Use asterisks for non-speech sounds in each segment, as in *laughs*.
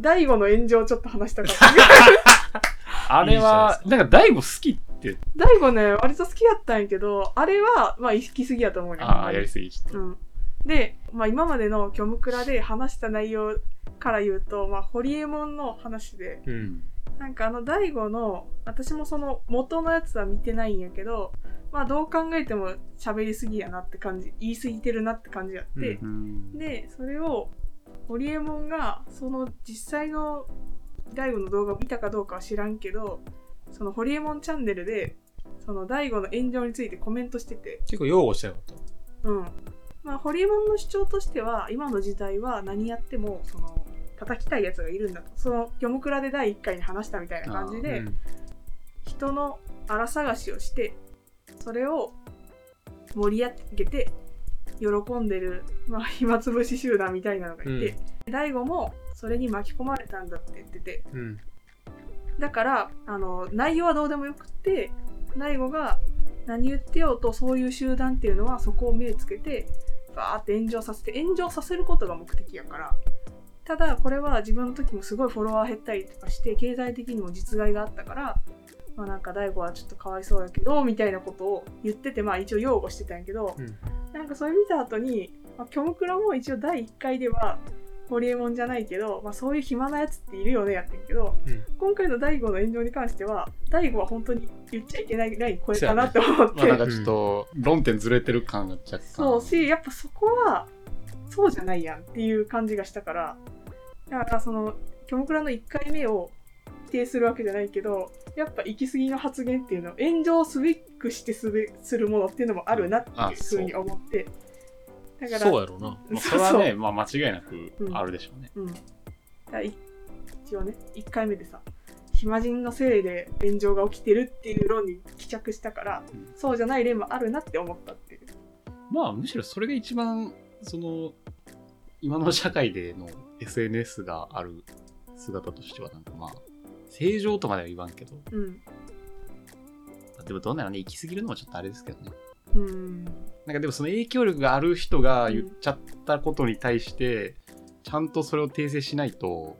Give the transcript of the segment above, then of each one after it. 大悟の炎上をちょっと話したか *laughs* った。あれは、なんか大悟好きって、大悟ね、割と好きやったんやけど、あれは、まあ、行き過ぎやと思うね。ああ、やりすぎちょっと。うん。で、まあ、今までの虚無蔵で話した内容から言うと、まあ、ホリエモンの話で、うん。なんかあの大悟の私もその元のやつは見てないんやけどまあどう考えても喋りすぎやなって感じ言い過ぎてるなって感じやって、うんでそれをホリエモンがその実際の大悟の動画を見たかどうかは知らんけどそのホリエモンチャンネルでその大悟の炎上についてコメントしてて結構擁護したよと。うんまあホリエモンの主張としては今の時代は何やってもその叩きたいやつがいるんだとその「魚目ら」で第1回に話したみたいな感じで、あー人の荒探しをしてそれを盛り上げて喜んでる、まあ、暇つぶし集団みたいなのがいて、大悟もそれに巻き込まれたんだって言っててうん。うんだからあの内容はどうでもよくって大悟が何言ってようとそういう集団っていうのはそこを目つけてバーって炎上させて炎上させることが目的やからただこれは自分の時もすごいフォロワー減ったりとかして経済的にも実害があったからまあなんか大悟はちょっとかわいそうだけどみたいなことを言っててまあ一応擁護してたんやけど、うんなんかそれ見た後にまあ虚無蔵も一応第1回ではホリエモンじゃないけど、まあ、そういう暇なやつっているよねやってんけど、今回の第五の炎上に関しては第五は本当に言っちゃいけないライン超えたなって思ってまあなんかちょっと論点ずれてる感が若干。そうしやっぱそこはそうじゃないやんっていう感じがしたからだからその「キョムクラ」の1回目を否定するわけじゃないけどやっぱ行き過ぎの発言っていうのは炎上すべくしてすべするものっていうのもあるなっていうふうに思ってだからそうやろうな。うんまあそれはね、そまあ間違いなくあるでしょうね。うん、だからい一応ね1回目でさ暇人のせいで炎上が起きてるっていう論に帰着したから、うんそうじゃない例もあるなって思ったっていうまあむしろそれが一番、その、今の社会での SNS がある姿としては、なんかまあ、正常とまでは言わんけど、うんでもどうなのね、行き過ぎるのもちょっとあれですけどね。うんなんかでもその影響力がある人が言っちゃったことに対して、ちゃんとそれを訂正しないと、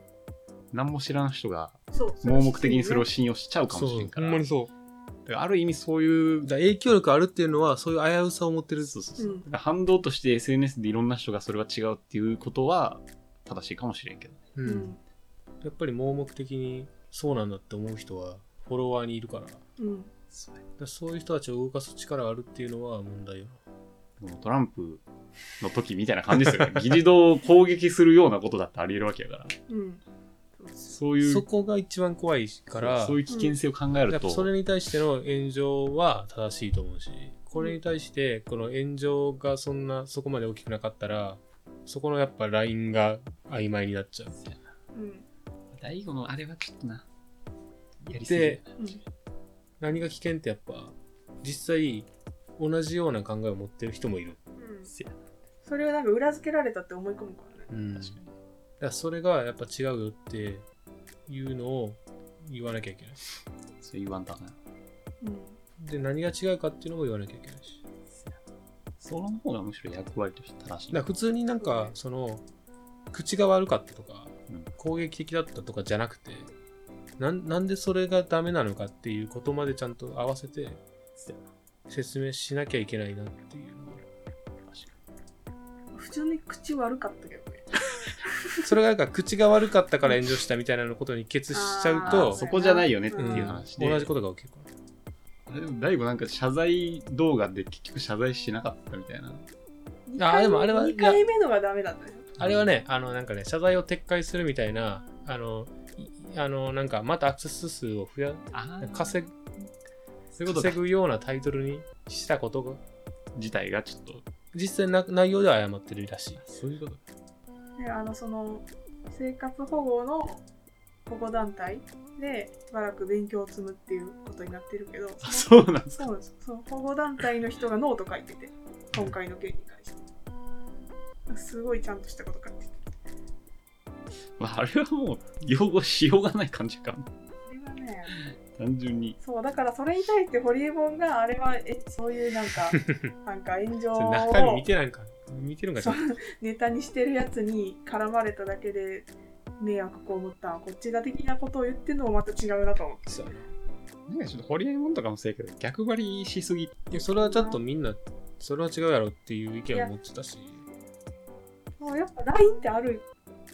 何も知らん人がそうそれ盲目的にそれを知信用しちゃうかもしれんかほら。んまにそう。だからある意味そういうだから影響力あるっていうのは、そういう危うさを持ってる。そうそうそううんだから反動として SNS でいろんな人がそれは違うっていうことは正しいかもしれんけど。うるねん。やっぱり盲目的にそうなんだって思う人は、フォロワーにいるから。だかうん、うんらそういう人たちを動かす力があるっていうのは問題よ。でもトランプの時みたいな感じです *laughs* よね。議事堂を攻撃するようなことだってあり得るわけやから。うんそういう、そこが一番怖いから、そういう危険性を考えやるっぱと、それに対しての炎上は正しいと思うしこれに対してこの炎上がそんなそこまで大きくなかったらそこのやっぱラインが曖昧になっちゃううん大悟のあれはちょっとな、やりすぎでうん何が危険ってやっぱ実際同じような考えを持ってる人もいる、うんせやなそれをなんか裏付けられたって思い込むからねうん、だ確かかに。らそれがやっぱ違うよっていうのを言わなきゃいけないそう言わんとあかん。うんで何が違うかっていうのも言わなきゃいけないしせやなその方がむしろ役割として正しい。だから普通になんかその口が悪かったとか、うん攻撃的だったとかじゃなくてなんなんでそれがダメなのかっていうことまでちゃんと合わせてせやな説明しなきゃいけないなっていうのは確か普通に口悪かったけどねそれがなんか口が悪かったから炎上したみたいなことに決しちゃにうあーとそこじゃないよねってうんいう話で。同じことが起きるからあれでも、大悟なんか謝罪動画で結局謝罪しなかったみたいな。二回あでもあれは2回目のがダメだったよあれはねあのなんかね謝罪を撤回するみたいなあのいあのなんかまたアクセス数を増やああ、稼ぐそういうこと稼ぐようなタイトルにしたことが自体がちょっと、実際な内容では謝ってるらしいそういうことであのその生活保護の保護団体でしばらく勉強を積むっていうことになってるけどあ、そそうなんです。のそうなんですその保護団体の人がノート書いてて今回の件に関してすごいちゃんとしたこと書いててまあ、あれはもう、用語しようがない感じかな。それがね単純に。そうだからそれに対してホリエモンがあれはえそういうなん *laughs* かなんか炎上それ中身を見てないんか見てるんかちそょうっとネタにしてるやつに絡まれただけで迷惑被ったこっちだ的なことを言ってるのもまた違うなと思ってそうやねなんかちょっと掘り合いもんとかもせえけど、逆張りしすぎ。いやそれはちょっとみんなそれは違うやろっていう意見を持ってたしもうやっぱ LINE ってある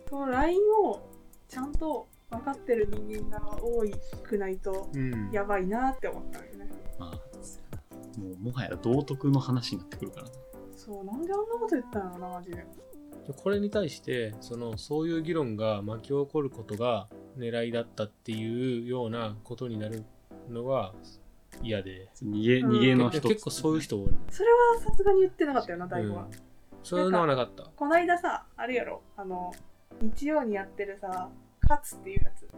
その LINE をちゃんと分かってる人間が多くないとうんやばいなって思ったんよねまあ、もうもはや道徳の話になってくるからな。そうなんであんなこと言ったのかなマジでこれに対してそのそういう議論が巻き起こることが狙いだったっていうようなことになるのが嫌で逃げ、うん逃げの結一つ。結構そういう人多いねそれはさすがに言ってなかったよな大悟は、うんそういうのはなかったこないださあれやろあの日曜にやってるさ「勝つ」っていうやつ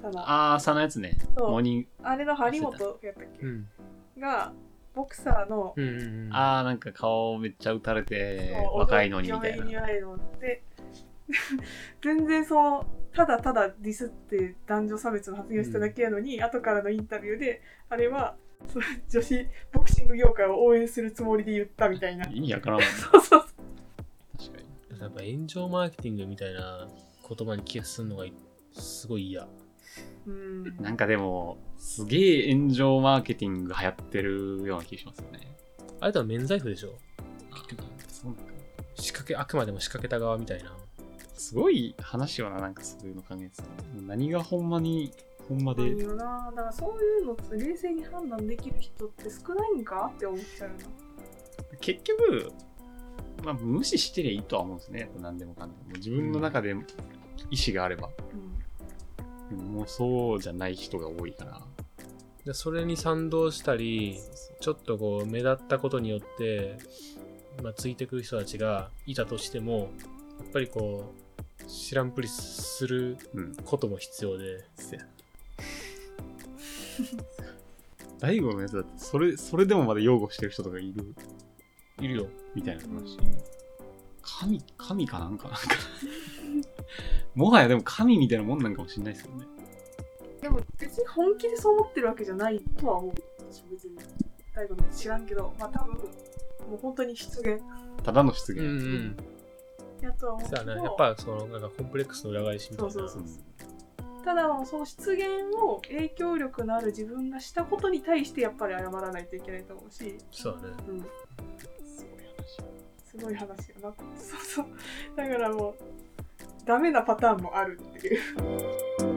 そのああー、さのやつね。そうモーニング。れの張本やったっけ、うんがボクサーのうんうんうんあー、なんか顔めっちゃ打たれて、そう若いのにみたい嫁にな。弱いので *laughs* 全然そのただただディスって男女差別の発言をしただけやのに、後からのインタビューであれはその女子ボクシング業界を応援するつもりで言ったみたいな意味わからんもんね。 *laughs* そうそうそう確かに。やっぱ炎上マーケティングみたいな言葉に気がするのがすごい嫌うんなんかでも、すげえ炎上マーケティング流行ってるような気がしますよね。あれとは免罪符でしょ結局、そうなんか。仕掛けあくまでも仕掛けた側みたいなすごい話はな、なんかそういうの考えてたら。もう何がほんまに、ほんまで。いいよなだからそういうのって冷静に判断できる人って少ないんかって思っちゃうな結局、まあ、無視してりゃいいとは思うんですね。やっぱ何でもかんでも。もう自分の中で意思があれば。でももうそうじゃない人が多いから。でそれに賛同したりちょっとこう目立ったことによって、まあ、ついてくる人たちがいたとしてもやっぱりこう知らんぷりするうん。ことも必要でせや。 *laughs* 大悟のやつだって、それ、それでもまだ擁護してる人とかいるいるよみたいなうん話。神、神かなんかなんか。 *laughs* もはやでも神みたいなもんなんかもしれないですよね。でも別に本気でそう思ってるわけじゃないとは思う私別に大悟のこと知らんけどまあ多分もう本当に失言ただの失うんう言。んやとは思うそけうやどなやっぱそのなんかコンプレックスの裏返しみたいなそうそううんただその失言を影響力のある自分がしたことに対してやっぱり謝らないといけないと思うし、そうだねうん、すごい話。すごい話やなそうそうだからもうダメなパターンもあるっていう